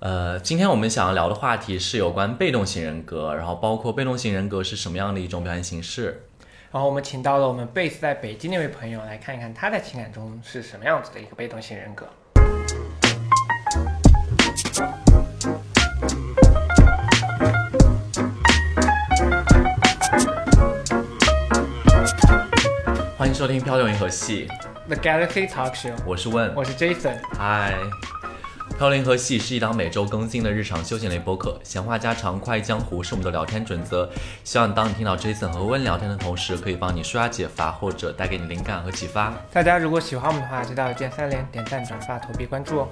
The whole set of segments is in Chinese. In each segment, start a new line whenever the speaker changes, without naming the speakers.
呃，今天我们想要聊的话题是有关被动型人格，然后包括被动型人格是什么样的一种表现形式。
然后我们请到了我们 base 在北京那位朋友来看一看他在情感中是什么样子的一个被动型人格。
欢迎收听《漂流银河系》，
The Galaxy Talk Show，
我是问，
我是 Jason。
嗨，《飘零河系》是一档每周更新的日常休闲类播客，闲话家常、快意江湖是我们的聊天准则。希望当你听到 Jason 和温聊天的同时，可以帮你舒压解乏，或者带给你灵感和启发。
大家如果喜欢我们的话，记得要键三连、点赞、转发、投币、关注哦。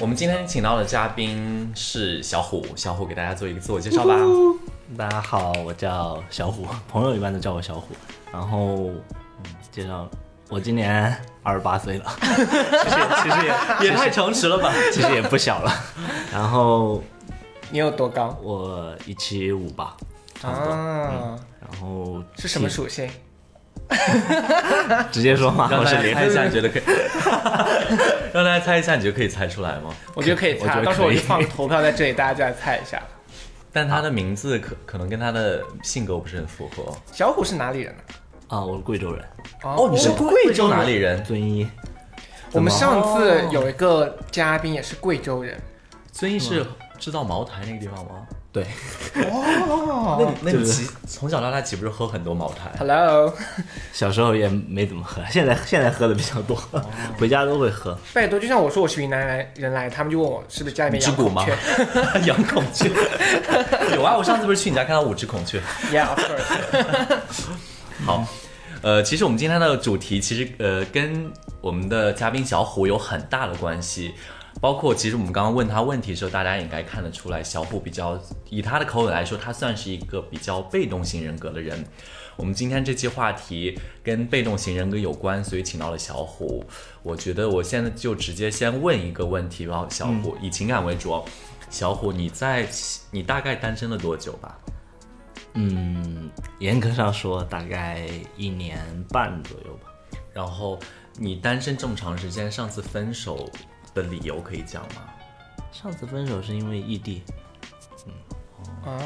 我们今天请到的嘉宾是小虎，小虎给大家做一个自我介绍吧。
大家好，我叫小虎，朋友一般都叫我小虎。然后，嗯，介绍我今年二十八 岁了，其实也其实也
也太诚实了吧！
其实也不小了。 然后
你有多高？
我一七五吧，差不多。
啊，
然后
是什么属 性？
直接说嘛，
让
我
大
是
家
零
猜一下，你觉得 可以？让大家猜一下，你觉得可以猜出来吗？
我觉得可以
我觉
猜，
得
到时候我
可以
就放投票在这里，大家就来猜一下。
但他的名字可可能跟他的性格不是很符合。
小虎是哪里人呢、
啊，我是贵州人，
哦
你是贵州哪里人？
遵义。
我们上次有一个嘉宾也是贵州人。
遵义是知道茅台那个地方吗？
对，
那
哦
你那你
对
岂从小到大岂不是喝很多茅 台？
，Hello，
小时候也没怎么喝，现在现在喝的比较多，
哦
回家都会喝。
拜托，就像我说我是云南来人来，他们就问我是不是家
五
里面
只
养
骨
孔
吗？
雀
养孔雀 有啊，我上次不是去你家看到五只孔雀？
？Yeah，of course。
好，呃，其实我们今天的主题其实呃跟我们的嘉宾小虎有很大的关系。包括其实我们刚刚问他问题的时候，大家也应该看得出来，小虎比较以他的口吻来说，他算是一个比较被动型人格的人。我们今天这期话题跟被动型人格有关，所以请到了小虎。我觉得我现在就直接先问一个问题吧，小虎，以情感为主哦。小虎，你在你大概单身了多久吧？
嗯，严格上说，大概一年半左右吧。
然后你单身这么长时间，上次分手的理由可以讲吗？
上次分手是因为异地，
哦，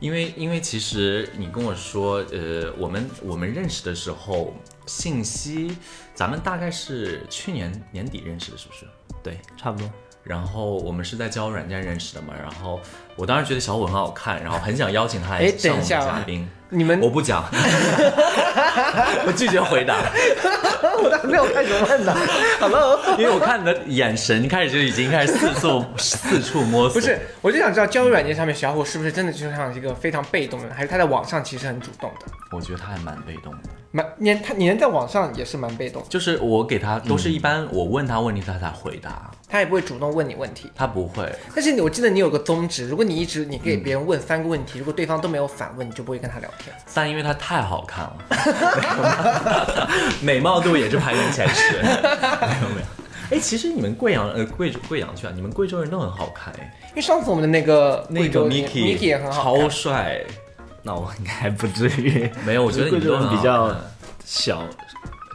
因为因为其实你跟我说，呃，我们我们认识的时候，信息咱们大概是去年年底认识的，是不是？
对，差不多。
然后我们是在交友软件认识的嘛，然后我当时觉得小虎很好看，然后很想邀请他来
哎
上我
等一
们
下
嘉
啊
宾，
你们
我不讲， 我拒绝回答。
我当时没有看什么问的。Hello，
因为我看你的眼神开始就已经开始四处四处摸索，
不是，我就想知道交友软件上面小虎是不是真的就像一个非常被动的人，还是他在网上其实很主动的？
我觉得他还蛮被动的，
蛮你他你能在网上也是蛮被动，
就是我给他都是一般我问他问题他才回答，
他也不会主动问你问题。
他不会。
但是你我记得你有个宗旨，如果你一直你给别人问三个问题，如果对方都没有反问，你就不会跟他聊天。
但因为他太好看 了，美貌度也是排名前十。 没有没有，哎，其实你们贵阳呃贵州贵阳去啊，你们贵州人都很好看哎，
因为上次我们的那个
那
贵
个
州
Miki
Miki 也很好看，
超帅，
那我应该还不至于。
没有，我觉得你
贵
们
州
都很好
人比较
看
小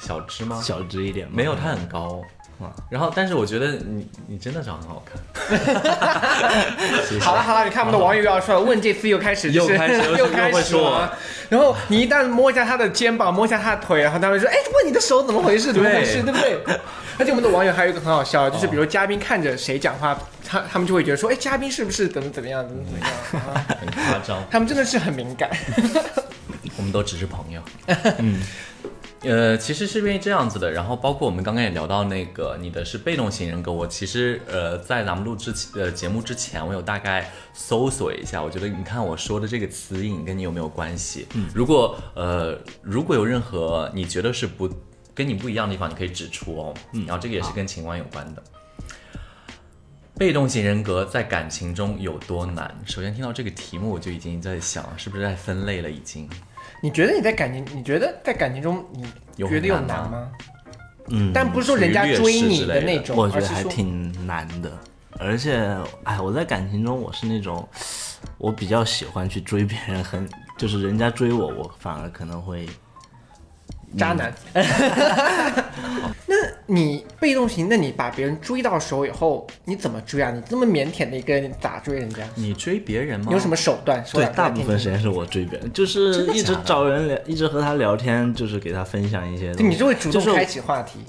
小只吗？
小只一点嘛。
没有，他很高。
哇
然后，但是我觉得你你真的长得很好看，
谢 谢
好了好了，你看我们的网友又要说了，问这次又开始就是
又 开始
又开
又会
始
说
了。然后你一旦摸一下他的肩膀，摸一下他的腿，然后他会说：“哎，问你的手怎么回事？怎么回事？对不对？” 而且我们的网友还有一个很好笑，
哦
就是比如嘉宾看着谁讲话，他他们就会觉得说：“哎，嘉宾是不是怎么怎么样，怎么怎么样？”啊
很夸张。
他们真的是很敏感。
我们都只是 朋友。嗯，呃，其实是因为这样子的。然后包括我们刚刚也聊到那个你的是被动型人格，我其实呃在咱们录之前呃节目之前，我有大概搜索一下，我觉得你看我说的这个词引跟你有没有关系？嗯，如果呃如果有任何你觉得是不跟你不一样的地方，你可以指出哦。嗯，然后这个也是跟情感有关的。被动型人格在感情中有多难？首先听到这个题目，我就已经在想，是不是在分类了？已经。
你觉得你在感情，你觉得在感情中，你
有
觉得有
很难
难
吗
吗？
嗯，
但不是说人家
属于
追
劣势
你
之
的
类
那
的
种，
我觉
而
得
是
还
说
挺难的。而且，哎，我在感情中我是那种，我比较喜欢去追别人，很就是 人家追我，我反而可能会
渣男。你被动型，那你把别人追到手以后，你怎么追啊？你这么腼腆的一个人，你咋追人家？
你追别人吗？
你有什么手段？说
哦对
来，
大部分时
谁？
间是我追别人，就是
真的
一直
假的
找人聊，一直和他聊天，就是给他分享一些东
就
西。
你就会主
就是
动开启话题。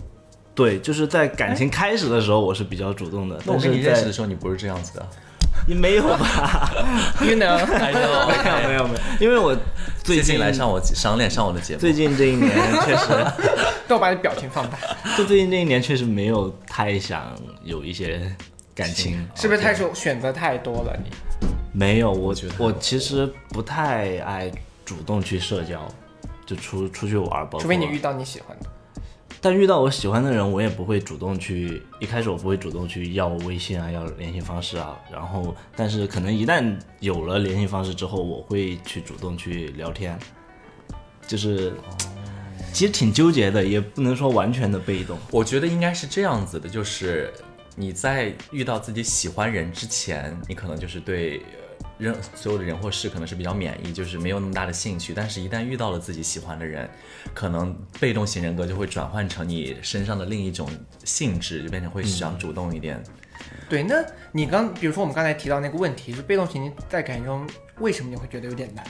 对，就是在感情开始的时候，我是比较主动的，
哎那我
但
跟你
是
认识
在
的时候，你不是这样子的。
也没有吧，
You know，
哎呦，
没有没有没有，因为我
最
最近
近来上我赏脸上我的节目，
最近这一年确实，
豆瓣的表情放大，
就最近这一年确实没有太想有一些感情，
是不是太说选择太多了？你
没有，我
觉得
我其实不太爱主动去社交，就出出去玩儿，包括
除非你遇到你喜欢的，
但遇到我喜欢的人，我也不会主动去，一开始我不会主动去要微信啊，要联系方式啊。然后，但是可能一旦有了联系方式之后，我会去主动去聊天，就是
哦
其实挺纠结的，也不能说完全的被动。
我觉得应该是这样子的，就是你在遇到自己喜欢人之前，你可能就是对呃任所有的人或事可能是比较免疫，就是没有那么大的兴趣。但是，一旦遇到了自己喜欢的人，可能被动型人格就会转换成你身上的另一种性质，就变成会想主动一点。
对，那你刚比如说我们刚才提到那个问题，就被动型在感情中为什么你会觉得有点难？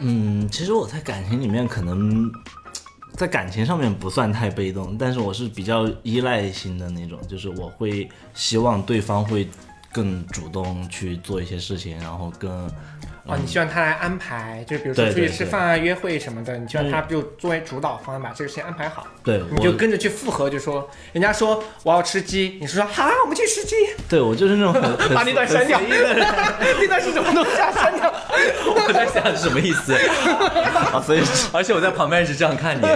嗯，其实我在感情里面可能在感情上面不算太被动，但是我是比较依赖型的那种，就是我会希望对方会更主动去做一些事情，然后更。
哦，你希望他来安排，就比如说
嗯对
出去
对
吃
对嗯
饭啊、约会什么的，你希望他就作为主导方把这个事情安排好，
对，
你
我
就跟着去附和，就说人家说我要吃鸡，你说说好，我们去吃鸡，
对我就是那种 很很
把那段删掉，
很随意的人
那段是什么东西啊？删掉。
我在想是什么意思？
啊，所以
而且我在旁边是这样看你。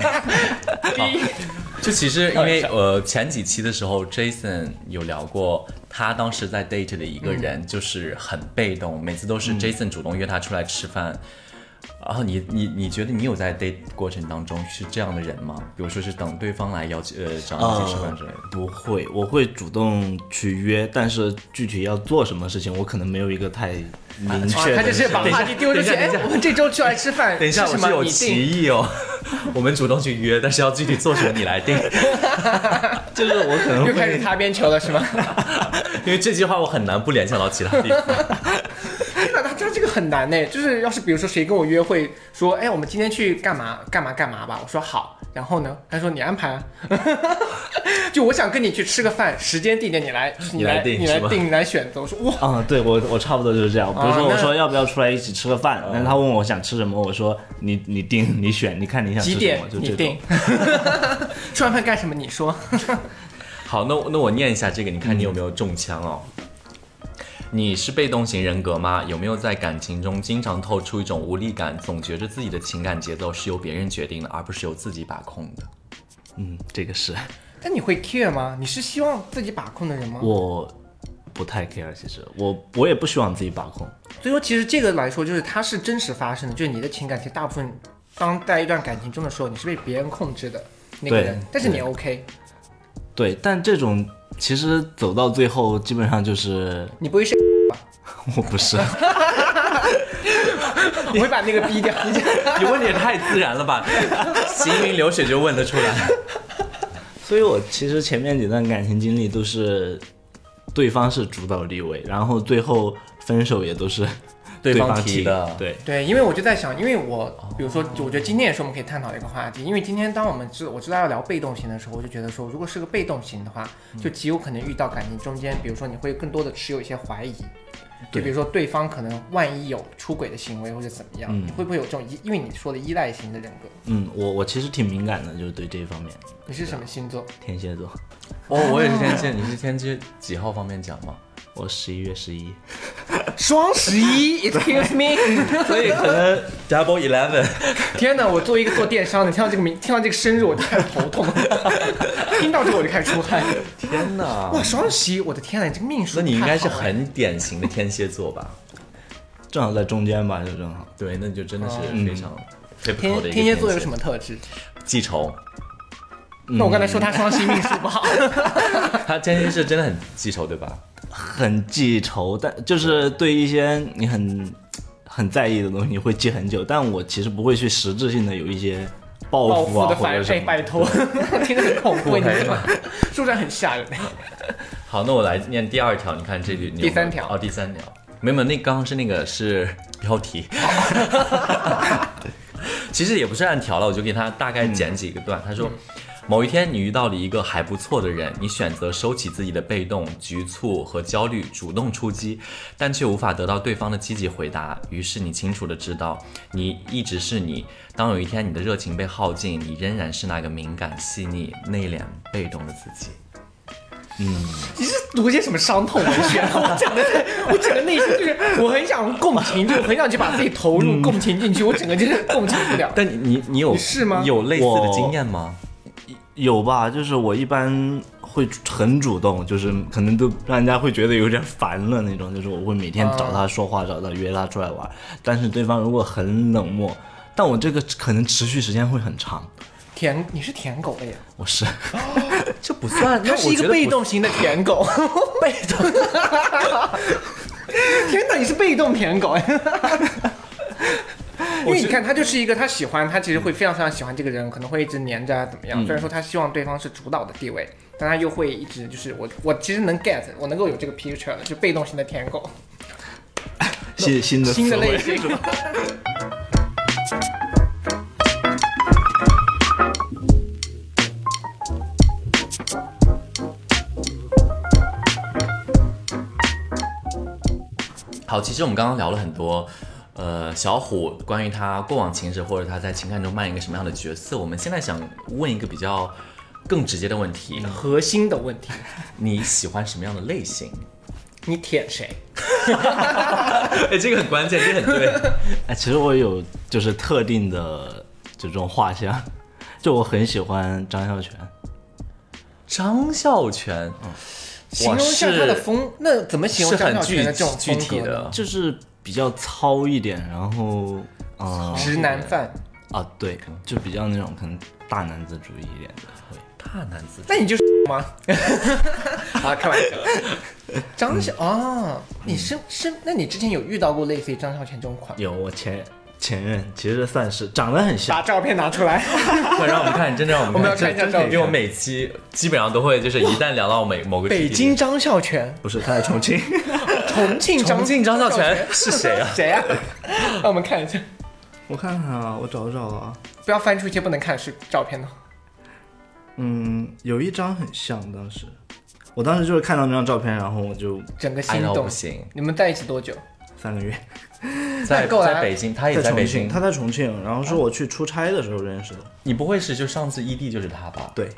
就其实因为呃前几期的时候，Jason 有聊过，他当时在 date 的一个人就是很被动，每次都是 Jason 主动约他出来吃饭。然后你你你觉得你有在 date 过程当中是这样的人吗？比如说是等对方来邀请呃找你一起吃饭之类的。
不会，我会主动去约，但是具体要做什么事情，我可能没有一个太明
啊
确的想
他
法。
就是把话题丢出去，
等一下
哎
等一下，
我们这周出来吃饭，
等一下，
吃
我
什么
是有
你 定。
歧义哦。我们主动去约，但是要具体做什么你来 定。
就是我可能
又开
会
始擦边球了是 吗？
因为这句话我很难不联想到其他地方。
天哪，他他这个很难呢。就是要是比如说谁跟我约会，说哎我们今天去干嘛干嘛干嘛吧，我说好，然后呢，他说你安排啊， 就我想跟你去吃个饭，时间地点你来
你来
来
定
你来
是吧
定你来选择，我说哇。
啊、对我我差不多就是这样。比如说我
哦那
说要不要出来一起吃个饭，但是他问我想吃什么，我说你你定你选，你看你想吃
几
什
点
么就
你
这
定
种。？
吃完饭干什么？你说。
好，那我那我念一下这个，你看你有没有中枪哦？你是被动型人格吗？有没有在感情中经常透出一种无力感，总觉着自己的情感节奏是由别人决定的，而不是由自己把控的？
嗯，这个是
但你会 care 吗？你是希望自己把控的人吗？
我不太 care，其实我我也不希望自己把控。
所以说，其实这个来说，就是它是真实发生的，就是你的情感，其实大部分当在一段感情中的时候，你是被别人控制的那个
对
人，但是你 OK，
对，但这种其实走到最后，基本上就是
你不会是，
我不是，
你会把那个逼掉。你这
你问的也太自然了 吧，行云流水就问得出来。
所以我其实前面几段感情经历都是对方是主导地位，然后最后分手也都是
对方
方
提
提
的
对，
对，因为我就在想，因为我
哦
比如说，我觉得今天也是我们可以探讨的一个话题。因为今天当我们知我知道要聊被动型的时候，我就觉得说，如果是个被动型的话，
嗯
就极有可能遇到感情中间，比如说你会更多的持有一些怀疑，就
对
比如说对方可能万一有出轨的行为或者怎么
嗯
样，你会不会有这种依？因为你说的依赖型的人格，
嗯，我我其实挺敏感的，就是对这一方面，
你是什么星座？
天蝎座，
哦，我也是天蝎，你是天蝎几号方面讲吗？
我十一月十一，
双十一 ，Excuse me。
所以可能
Double Eleven，
天哪，我作为一个做电商的，听到这个名，听到这个生日我就开始头痛， 听到这个我就开始出汗。
天哪！
哇，双十一，我的天哪，你这个命数
哦那你应该是
太好了
很典型的天蝎座吧？
正好在中间吧，就正好。
对，那你就真的是
嗯
非常 typical 的
天
一个
天蝎座有
蝎
什么特质？
记仇，
那我刚才说他双星命数不好，
他天蝎是真的很记仇，对吧？
很记仇，但就是对一些你很很在意的东西，你会记很久。但我其实不会去实质性的有一些报复
复
啊，
的
或
反
者什
哎，
么
拜托，听着很恐怖，你
腹黑
知道吗？是不是很吓人？
好，那我来念第二条，你看这里。你有没有
嗯第三条
哦，第三条，没有，没有那刚刚是那个是标 题。其实也不是按条了，我就给他大概剪几个段。他说，
嗯
某一天你遇到了一个还不错的人，你选择收起自己的被动、局促和焦虑，主动出击，但却无法得到对方的积极回答。于是你清楚的知道，你一直是你。当有一天你的热情被耗尽，你仍然是那个敏感、细腻、内敛、被动的自己。
你是读些什么伤痛文学？我讲的，我整个内心就是，我很想共情，就很想去把自己投入共情进去，我整个就是共情不了。
但你你你有
你是吗
有类似的
我
经验吗？
有吧？就是我一般会很主动，就是可能都让人家会觉得有点烦了那种。就是我会每天找
嗯
他说话，找他约他出来玩。但是对方如果很冷漠，但我这个可能持续时间会很长。
舔，你是舔狗的呀？
我是
这不算，
他是一个被动型的舔狗， 被 动。天哪，你是被动舔 狗哎！因为你看，他就是一个他喜欢，他其实会非常非常喜欢这个人，可能会一直黏着啊，怎么样？虽然说他希望对方是主导的地位，但他又会一直就是我，我其实能 get，我能够有这个 picture 的，就被动型的舔狗，
新新 的
新的
词汇
类型。
好，其实我们刚刚聊了很多，呃，小虎关于他过往情史或者他在情感中扮演一个什么样的角色，我们现在想问一个比较更直接的问题：
核心的问题，
你喜欢什么样的类型？
你舔谁？
哎，这个很关键，这个很对。
哎，其实我有就是特定的这种画像，就我很喜欢张孝全。
张孝全，嗯
形容一下他的风，那怎么形容
是
张
很
小
具
泉的这种
具
风
体
格呢？
的，
就是比较糙一点，然后啊、
直男范。
啊，对，就比较那种可能大男子主义一点的会。
大男子主义
那你就是吗？啊，开玩笑。张小啊，你是是，那你之前有遇到过类似于张小泉这种款？
有我前前任其实算是长得很像
把，照片拿出来，
快让我们看，真的让我
我
们
们
看，
要看一下
真
照片
因为我每期基本上都会，就是一旦聊到每某个具体
北
的
京张孝全，
不是他在重庆，
重庆张
重庆张孝全 是谁啊？
谁 呀？让我们看一下，
我看看啊，我找找啊，
不要翻出一些不能看是照片哦。
嗯，有一张很像，当时我当时就是看到那张照片，然后我就
整个
爱
心
到
动
不。行，
你们在一起多久？
三个月
在
够了
在北京，他也啊在
重
北
庆，
京。
他在哦重庆，然后是我去出差的时候认识的，
你不会是就上次异地就是他吧？
对，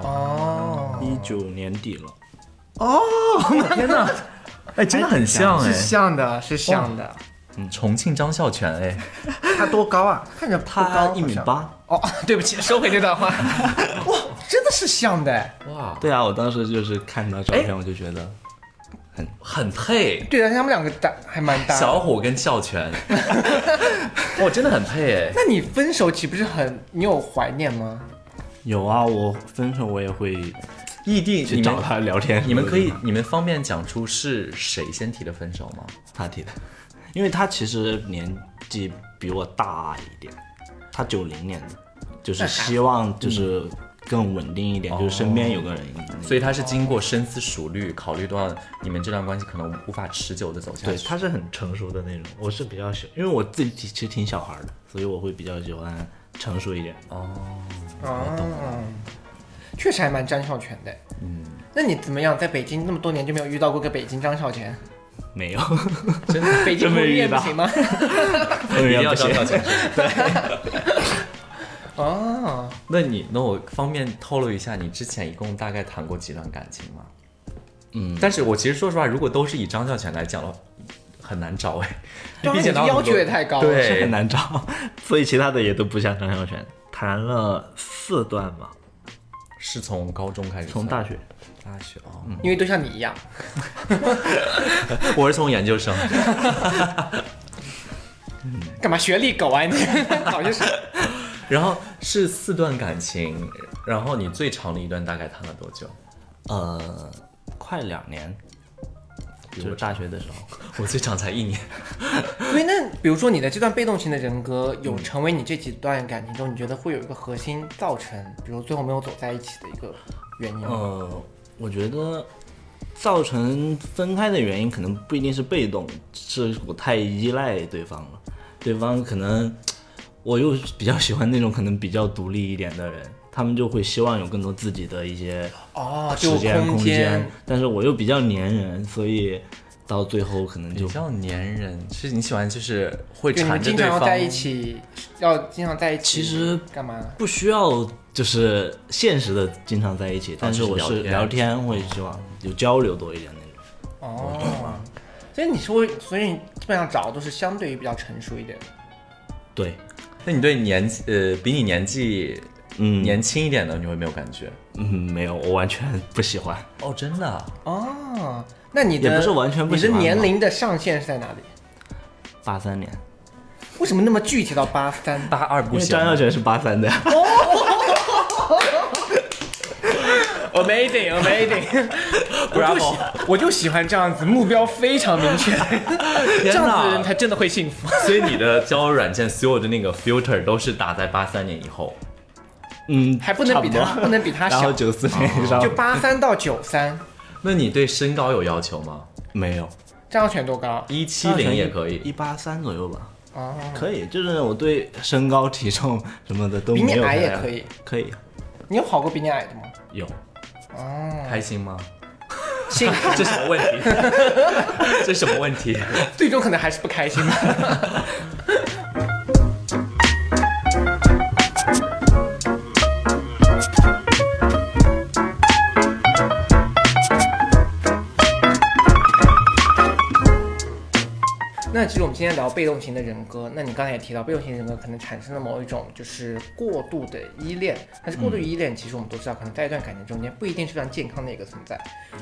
哦，
一九年底了，
天哪， 哎，真的很像
是像的，是像的。
重庆张孝全哎，
他多高啊？看着不高
他一米。
好像
八，
哦， 对不起，收回这段话。哇，真的是像的哎。
哇，
对啊，我当时就是看到照片我就觉得
很配，
对啊，他们两个搭还蛮搭的。
小虎跟孝 全，哇，真的很配哎。
那你分手岂不是很？你有怀念吗？
有啊，我分手我也会
异地
去
E 你
找
们
他聊天，
你们可以你们方便讲出是谁先提的分手吗？
他提的，因为他其实年纪比我大一点，他九零年的，就是希望就是更稳定一点，就是身边有个人，
所以他是经过深思熟虑，考虑到你们这段关系可能无法持久的走下
对，
去。
他是很成熟的那种。我是比较喜，因为我自己其实挺小孩的，所以我会比较喜欢成熟一点。啊
哦，确实还蛮张孝全的。嗯，那你怎么样？在北京那么多年就没有遇到过个北京张孝全？
没 有，
真的， 北京
真没
婚
遇
恋不
到
行吗？
一定要张
不行
孝全。
哦，
那你那我方便透露一下，你之前一共大概谈过几段感情吗？嗯，但是我其实说实话，如果都是以张孝全来讲的话，很难找 哎，
对啊
毕竟
你的
当时
要求
都
也太高了
是很
对，
难找，所以其他的也都不像张小泉。谈了四段吧，
是从高中开始算，
从大学，
大学哦，
因为都像你一样。
我是从研究生。
干嘛学历狗啊你？ 早就是
然后是四段感情，然后你最长的一段大概谈了多久？
呃，快两年，
比我
就是大学的时候，
我最长才一年。
所以那比如说你的这段被动型的人格，有成为你这几段感情中，你觉得会有一个核心造成，比如最后没有走在一起的一个原因吗？
呃，我觉得造成分开的原因可能不一定是被动，是我太依赖对方了，对方可能我又比较喜欢那种可能比较独立一点的人，他们就会希望有更多自己的一些
哦，就
时间
空
空间，但是我又比较粘人，所以到最后可能
比
就
较粘人，是你喜欢就是会
就你
缠
们
着
经
对
常要
方。
在一起，要经常在一起，
其实
干嘛？
不需要就是现实的经常在一起，但是我
就是
是
聊
聊天会希望有交流多一点那种。
哦，所以你说，所以你基本上找的都是相对于比较成熟一点的。
对，
那你对年纪呃比你年纪
嗯
年轻一点的，你会没有感觉？
嗯，没有，我完全不喜欢。
哦，真的啊？
哦，那你的
也不是完全不
你的
喜欢
年
吧
龄的上限是在哪里？
八三年，
为什么那么具体到八 三？
八二不
因为
行
张
吗。
耀全是八三的。
Amazing, amazing！我就喜
Bravo
我就喜欢这样子，目标非常明 确，这样子的人才真的会幸福。
所以你的交友软件所有的那个 filter 都是打在八三年以后。
嗯，
还不能比他
差多
不能比他小
然后九四年以上
就八三到九三，
那你对身高有要求吗？
没有，
张耀全多高？
一七零也可
一
以。
八三左右吧。
哦，
可以，就是我对身高、体重什么的都
比你
没有
矮也
太
可以，
可以，
你有跑过比你矮的吗？
有，
哦，
开心吗？
幸 福
这什么问题？ 这什么问题？
最终可能还是不开心吧。那其实我们今天聊被动型的人格，那你刚才也提到，被动型人格可能产生了某一种就是过度的依恋，但是过度依恋其实我们都知道，可能在一段感情中间不一定是非常健康的一个存在。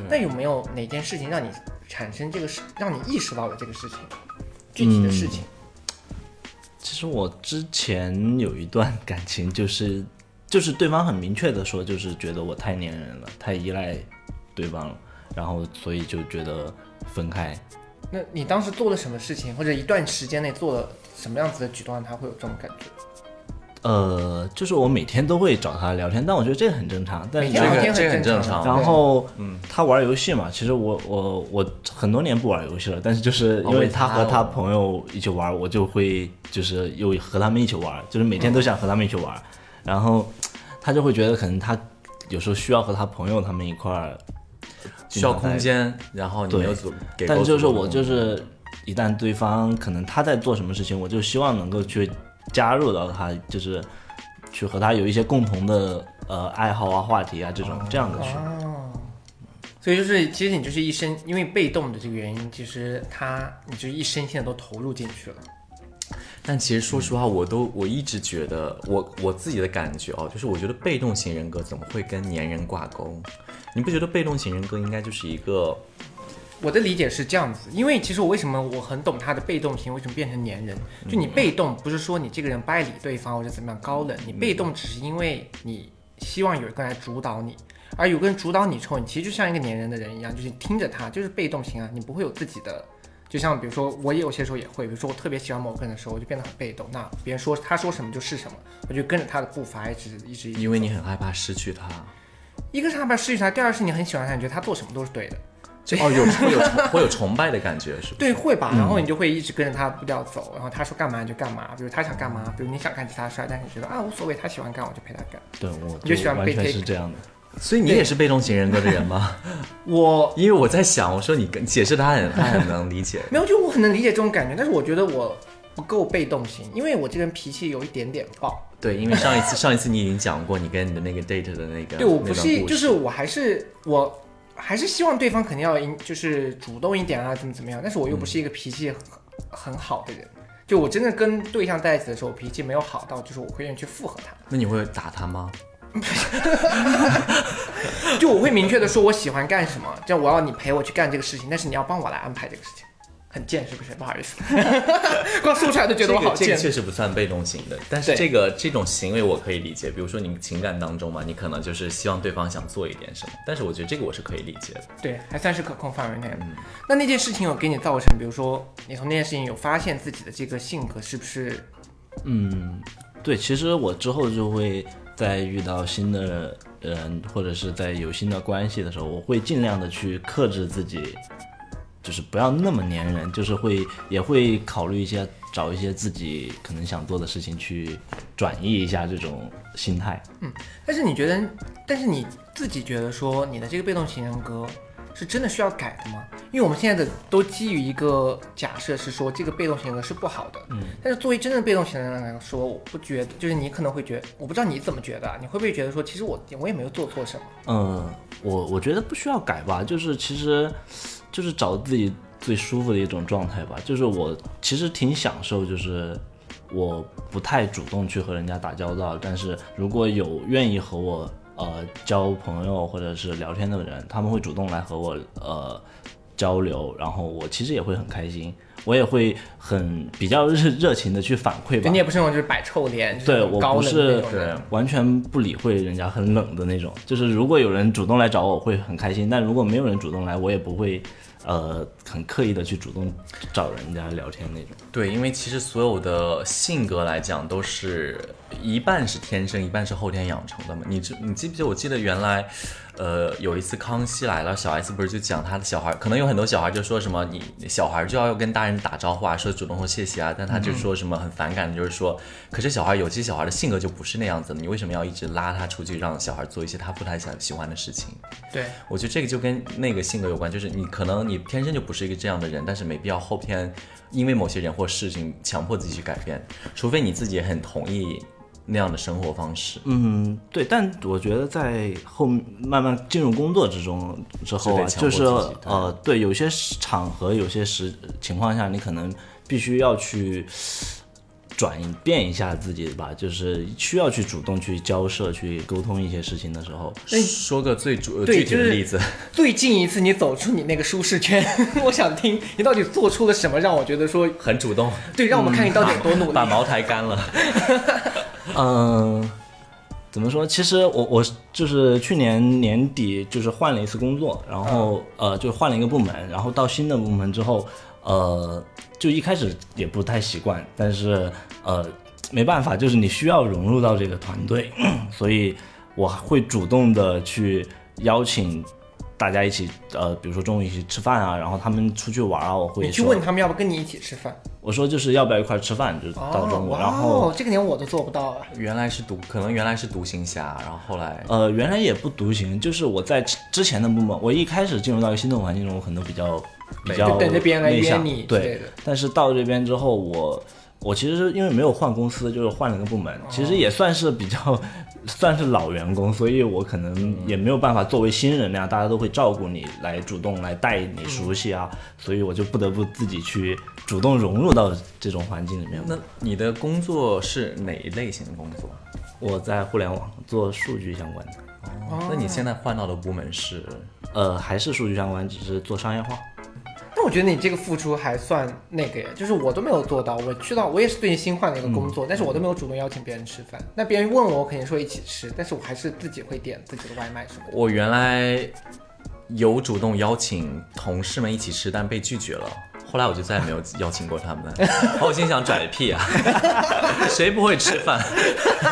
那有没有哪件事情让你产生这个事，让你意识到了这个事情，
嗯
具体的事情？
其实我之前有一段感情，就是就是对方很明确的说，就是觉得我太粘人了，太依赖对方了，然后所以就觉得分开。
那你当时做了什么事情，或者一段时间内做了什么样子的举动，让他会有这种感觉？
呃，就是我每天都会找他聊天，但我觉得这个很正常。但
每
是
这
天聊
个
天
这个
很
很
正
正
常啊
常。
然后，嗯，他玩游戏嘛，其实我我我很多年不玩游戏了，但是就是哦因为他和他朋友一起玩，我就会就是又和他们一起玩，就是每天都想和他们一起玩，然后他就会觉得可能他有时候需要和他朋友他们一块儿
需要空间，然后你没有足给够
但就是
足够的
我
空
就
间
是一旦对方可能他在做什么事情，我就希望能够去加入到他，就是去和他有一些共同的呃爱好啊、话题啊这种这样的去。
哦，所以就是，其实你就是一生，因为被动的这个原因，其实他你就一身心的都投入进去了。
但其实说
嗯
实话，我都我一直觉得，我我自己的感觉哦，就是我觉得被动型人格怎么会跟粘人挂钩？你不觉得被动型人格应该就是一个
我的理解是这样子，因为其实我为什么我很懂他的被动型为什么变成粘人，
嗯
就你被动不是说你这个人不爱理对方或者怎么样高冷，你被
嗯
动只是因为你希望有一个人来主导你，而有个人主导你之后，你其实就像一个粘人的人一样，就是你听着他就是被动型啊，你不会有自己的。就像比如说，我也有些时候也会，比如说我特别喜欢某个人的时候，我就变得很被动。那别人说他说什么就是什么，我就跟着他的步伐一直一直一直
因为你很害怕失去他？
一个是害怕失去他，第二是你很喜欢他，你觉得他做什么都是 对的。
哦，有会有崇会有崇拜的感觉，是不是？
对，会吧。然后你就会一直跟着他的步调走，然后他说干嘛你就干嘛。比如他想干嘛，比如你想干吉他摔，但是你觉得啊无所谓，他喜欢干我就陪他干。
对我
你就喜欢
完
被
全
take
是这样的。
所以你也是被动型人格的人吗？
我
因为我在想，我说你跟解释他很他很能理解，
没有，就我很能理解这种感觉，但是我觉得我不够被动型，因为我这个人脾气有一点点暴。
对，因为上一次上一次你已经讲过你跟你的那个 date 的那个
对我
那
不
段
是，
故
就
事
是我还是我。还是希望对方肯定要赢就是主动一点啊，怎么怎么样？但是我又不是一个脾气很,、很好的人，就我真的跟对象在一起的时候，我脾气没有好到，就是我会愿意去附和他。
那你会打他吗？
就我会明确的说我喜欢干什么，这样我要你陪我去干这个事情，但是你要帮我来安排这个事情。很贱是不是？不好意思， 光说出来都觉得我好
这个
贱。
确实不算被动型的，但是
对
这个这种行为我可以理解。比如说你情感当中嘛，你可能就是希望对方想做一点什么，但是我觉得这个我是可以理解的。
对，还算是可控范围内。
嗯
那那件事情有给你造成，比如说你从那件事情有发现自己的这个性格是不是
对，其实我之后就会在遇到新的人，或者是在有新的关系的时候，我会尽量的去克制自己，就是不要那么粘人，就是会也会考虑一些找一些自己可能想做的事情去转移一下这种心态。
但是你觉得，但是你自己觉得说你的这个被动型人格是真的需要改的吗？因为我们现在的都基于一个假设是说这个被动型人格是不好的，嗯，但是作为真正的被动型人格来说，我不觉得，就是你可能会觉得，我不知道你怎么觉得，啊，你会不会觉得说，其实我我也没有做错什么，
嗯，我我觉得不需要改吧，就是其实就是找自己最舒服的一种状态吧。就是我其实挺享受，就是我不太主动去和人家打交道，但是如果有愿意和我呃交朋友或者是聊天的人，他们会主动来和我呃交流，然后我其实也会很开心，我也会很比较热热情的去反馈
对
吧
你。也不是那种就是摆臭脸，就是
对
那种
我
高
不
冷的
是
那种人。
完全不理会人家很冷的那种，就是如果有人主动来找我，我会很开心；但如果没有人主动来，我也不会，呃，很刻意的去主动找人家聊天那种。
对，因为其实所有的性格来讲，都是一半是天生，一半是后天养成的嘛。你知你记不记得？我记得原来，呃，有一次《康熙来了》，小 S 不是就讲他的小孩，可能有很多小孩就说什么你你小孩就要跟大人打招呼啊，说主动说谢谢啊，但他就说什么很反感的，就是说，可是小孩有些小孩的性格就不是那样子的，你为什么要一直拉他出去，让小孩做一些他不太想喜欢的事情？
对，
我觉得这个就跟那个性格有关，就是你可能你天生就不是一个这样的人，但是没必要后天因为某些人或事情强迫自己去改变，除非你自己也很同意那样的生活方式。
嗯，对，但我觉得在后面慢慢进入工作之中之后
就
啊，
得强迫
就是
自己对
呃，对，有些时场合、有些时情况下，你可能必须要去转变一下自己吧，就是需要去主动去交涉、去沟通一些事情的时候，
说个最主呃
对
具体的
就是
例子，
最近一次你走出你那个舒适圈， 我想听你到底做出了什么，让我觉得说，
很主动，
对，让我们看你到底有多努力。
把茅台干了。
嗯，怎么说？其实我我就是去年年底就是换了一次工作，然后、
嗯
呃就换了一个部门，然后到新的部门之后，呃就一开始也不太习惯，但是呃没办法，就是你需要融入到这个团队， 所以我会主动的去邀请。大家一起，呃，比如说中午一起吃饭啊，然后他们出去玩啊，我会
你去
说
问他们要不跟你一起吃饭。
我说就是要不要一块儿吃饭，就是到中午，
哦、
然后
哇哦这个连我都做不到啊。
原来是独，可能原来是独行侠，然后后来
呃，原来也不独行，就是我在之之前的部门，我一开始进入到一个新的环境中，我可能比较比
对
较
就等着别人来
内
约
向
你之类
对
的。
但是到这边之后，我我其实是因为没有换公司，就是换了个部门，
哦
其实也算是比较 算是老员工，所以我可能也没有办法作为新人那样，大家都会照顾你，来主动来带你熟悉
嗯
啊，所以我就不得不自己去主动融入到这种环境里面。
那你的工作是哪一类型的工作？
我在互联网做数据相关的，
那你现在换到的部门是？
呃，还是数据相关，只是做商业化。
但我觉得你这个付出还算那个耶，就是我都没有做到。我去到我也是最近新换了一个工作，但是我都没有主动邀请别人吃饭。那别人问我，我肯定说一起吃，但是我还是自己会点自己的外卖什么的。
我原来有主动邀请同事们一起吃，但被拒绝了。后来我就再也没有邀请过他们了。 然后我心想拽个屁啊， 谁不会吃饭？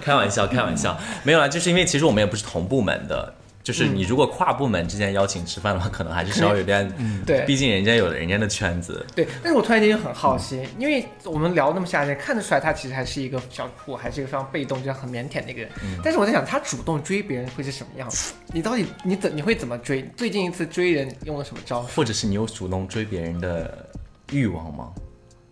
开玩笑，开玩笑，没有啦，就是因为其实我们也不是同部门的。就是
嗯
你如果跨部门之间邀请吃饭的话，可能还是稍微有点，
对
毕竟人家有人家的圈子，
对，但是我突然间就很好奇，因为我们聊那么下来，看得出来他其实还是一个小酷，还是一个非常被动、这样很腼腆的一个人。但是我在想，他主动追别人会是什么样子？你到底你怎你会怎么追？最近一次追人用了什么招数？
或者是你有主动追别人的欲望吗？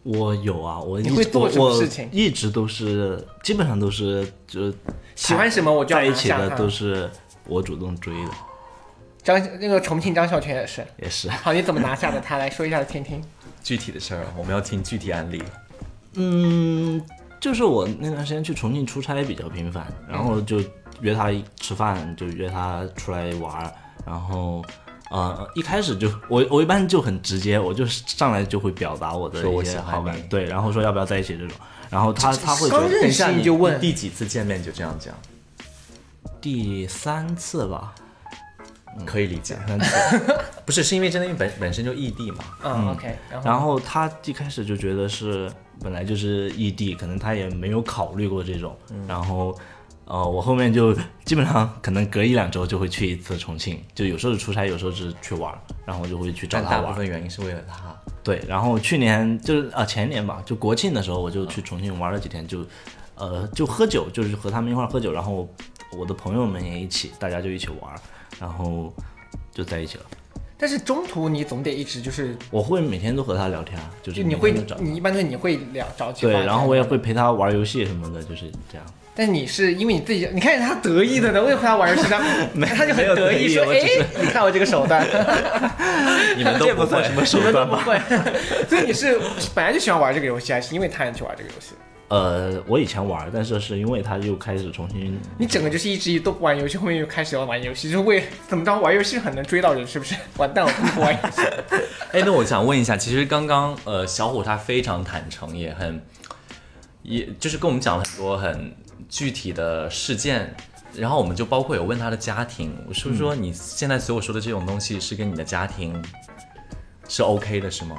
我有啊，我
你
一
会
直
做
我
什么
我
事情
一直都是，基本上都是就是
喜欢什么我就要
在一
拿
起
下
的
他。
都是我主动追的，
张那个重庆张孝全也是。
也是。
好，你怎么拿下的他？来说一下听听。
具体的事儿，啊我们要听具体案例。
嗯，就是我那段时间去重庆出差比较频繁，然后就约他吃饭，就约他出来玩儿，然后呃，一开始就我我一般就很直接，我就上来就会表达我的
说我
一
喜
些
欢
好感
你，
对，然后说要不要在一起这种，然后他他会觉
刚
得
认
等一下
识
你
你就问
第几次见面就这样讲，
第三次吧，
可以理 解。
三次，
不是，是因为真的，因为本本身就异地嘛。
嗯，OK，然后
然后他一开始就觉得是本来就是异地，可能他也没有考虑过这种。
嗯
然后，呃，我后面就基本上可能隔一两周就会去一次重庆，就有时候是出差，有时候是去玩儿，然后就会去找
但
他
大部
玩儿。
分原因是为了他。
对，然后去年就是啊、前年吧，就国庆的时候我就去重庆玩了几天，就，呃，就喝酒，就是和他们一块儿喝酒，然后我的朋友们也一起，大家就一起玩儿，然后就在一起了。
但是中途你总得一直就是，
我会每天都和他聊天啊，就是
就你
每
会
天都找他
你一般都是你会聊找几
对，
话
然后我也会陪他玩游戏什么的，就是这样。
但你是因为你自己，你看他得意的呢，我也和他玩游 戏，他他就很
没有
得意
得意
说：“
我
哎
只是，
你看我这个手 段。”
你们都
这
不
不
会
算什 么手段吧？
所以你是本来就喜欢玩这个游戏，还是因为他人去玩这个游戏？
呃，我以前玩，但是是因为他又开始重新，
你整个就是一直都不玩游戏，后面又开始要玩游戏，就是为怎么着玩游戏很能追到人，是不是？完蛋，我不 玩游戏。
哎，那我想问一下，其实刚刚呃，小虎他非常坦诚，也很，也就是跟我们讲了很多很具体的事件，然后我们就包括有问他的家庭，我是不是说你现在所有说的这种东西是跟你的家庭是 OK 的，是吗？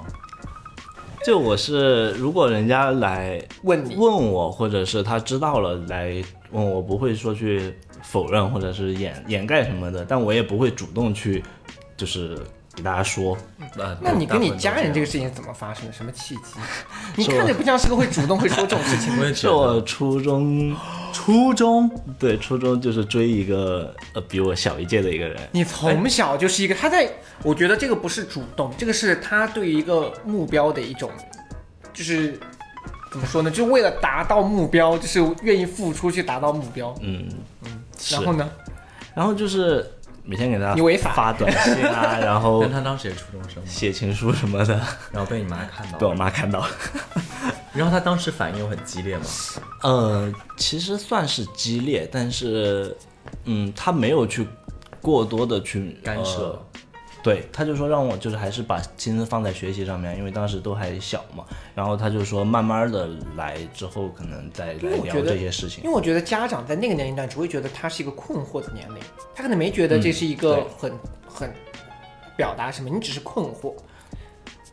就我是如果人家来
问你
问我，或者是他知道了来问我，不会说去否认或者是掩掩盖什么的，但我也不会主动去，就是给大家说。
呃
那你跟你家人这
个，
个事情是怎么发生的？什么契 机？你看着不像是个会主动会说这种事情的
我
人。
也
是
觉得嗯
我初中，
初中
对初中就是追一个呃比我小一届的一个人，
你从小就是一个他在，我觉得这个不是主动，这个是他对于一个目标的一种，就是怎么说呢？就为了达到目标，就是愿意付出去达到目标。
嗯嗯，是
然后呢？
然后就是每天给他
你违法
发短信啊，然后
但他当时也初中生嘛，
写情书什么的，
然后被你妈看到
被
了，
我妈看到了。
然后他当时反应有很激烈嘛，
呃，其实算是激烈，但是，嗯，他没有去过多的去
干涉。
呃对，他就说让我就是还是把心思放在学习上面，因为当时都还小嘛。然后他就说慢慢的来，之后可能再
因
来
为我
聊
觉得
这些事情
因。为我觉得家长在那个年龄段只会觉得他是一个困惑的年龄，他可能没觉得
嗯
这是一个很、很表达什么，你只是困惑，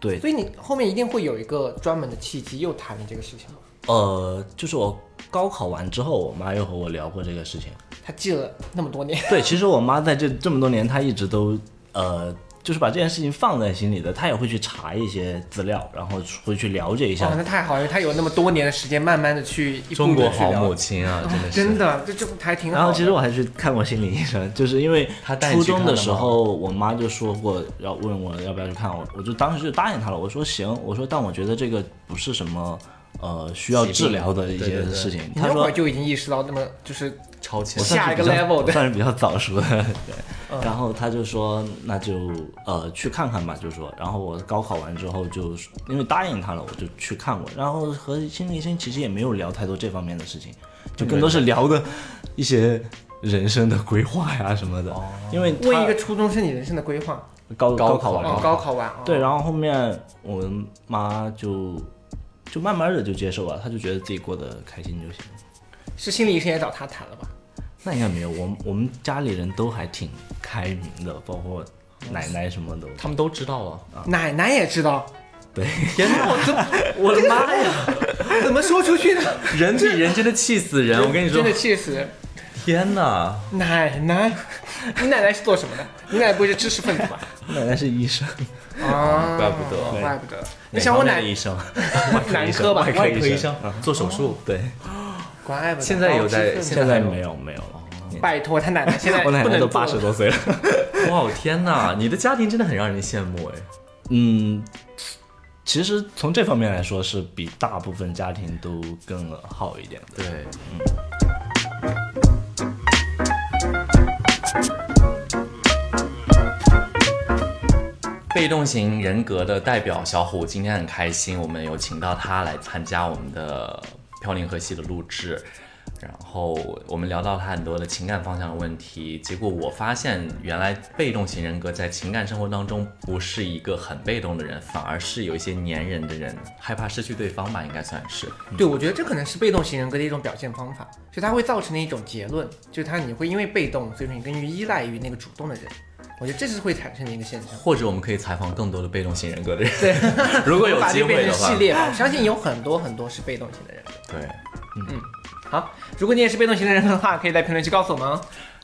对，
所以你后面一定会有一个专门的契机又谈论这个事情。
呃，就是我高考完之后，我妈又和我聊过这个事情。
他记了那么多年，
对，其实我妈在这这么多年，她一直都呃，就是把这件事情放在心里的，她也会去查一些资料，然后会去了解一下。
哦
哦
哇，那太好了，因为他有那么多年的时间，慢慢的去一步
中
步
国
的去
好母
聊。
亲啊，真的是，
真的，这这还挺好的。
然后其实我还去看过心理医生，就是因为
她带你
初
去
中
看
的
了
时
吗
候，我妈就说过要问我要不要去看我，我就当时就答应她了，我说行，我说但我觉得这个不是什么呃需要
疾
治
病
疗的一
对对
些
对
事情。
你
她
那
说
会儿就已经意识到，那么就是
超前
我算
下
是
一个
比较
level 嗯的
我算是比较早熟的。对， 然后他就说，那就呃去看看吧，就说。然后我高考完之后就，因为答应他了，我就去看过。然后和心理医生其实也没有聊太多这方面的事情，就更多是聊的一些人生的规划呀什么的。因为他
为哦一个初中生你人生的规划。
高
高
考
考
完
完
了
哦，高考完啊，哦
对，然后后面我妈就就慢慢的就接受了，她就觉得自己过得开心就行了。
是心理医生也找他谈了吧？
那应该没有，我们我们家里人都还挺开明的，包括奶奶什么的。
他们都知道啊了。
啊
奶奶也知道，
对，
天哪，我这我 的妈呀！
怎么说出去呢？
人比人真的气死人，我跟你说
真，的气死！
天哪！
奶奶， 你奶奶是做什么的？你奶奶不会是知识分子 吧？
奶奶是医生，
啊，
怪不得
怪不得。你
哪
想我
方面
奶
的医 生，
男科吧？
外
外
科
科医
医
生
生
做手术，
对，
怪不得。
现在有在
哦知识分子
现在没有哦没有了。嗯
拜托他奶奶现在
我奶
不
奶
能
都
做
八十多岁了。
哇，我天哪！你的家庭真的很让人羡慕哎。
嗯，其实从这方面来说，是比大部分家庭都更好一点的。
对，嗯被动型人格的代表小虎，今天很开心，我们有请到他来参加我们的《飘零河系》的录制。然后我们聊到他很多的情感方向的问题，结果我发现原来被动型人格在情感生活当中不是一个很被动的人，反而是有一些粘人的人，害怕失去对方吧，应该算是。
对，我觉得这可能是被动型人格的一种表现方法，就它会造成的一种结论，就是它你会因为被动，所以说你更于依赖于那个主动的人。我觉得这是会产生的一个现象。
或者我们可以采访更多的被动型人格的人，对， 如果有
把
机
这
会
变
的
成
话
系，列吧，我相信有很多很多是被动型的人。
对。
好，如果你也是被动型的人的话，可以在评论区告诉我们哦。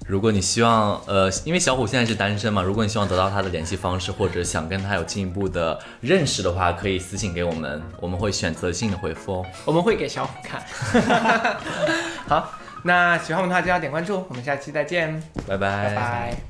如果你希望，呃，因为小虎现在是单身嘛，如果你希望得到他的联系方式，或者想跟他有进一步的认识的话，可以私信给我们，我们会选择性的回复哦。
我们会给小虎看。 好，那喜欢我们的话就要点关注，我们下期再见，
拜拜。
拜拜